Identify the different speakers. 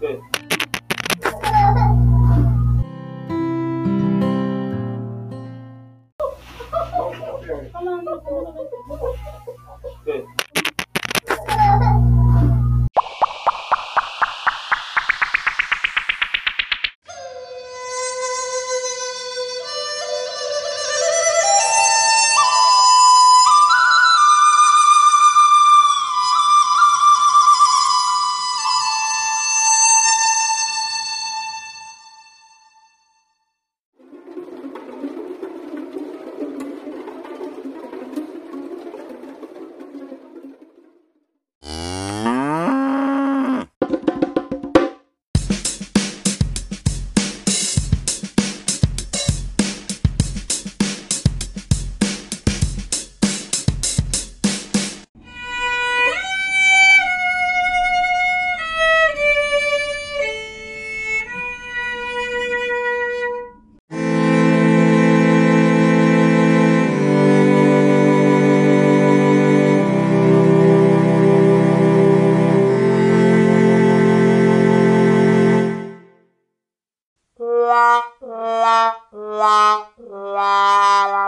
Speaker 1: 对，对，
Speaker 2: la la la la la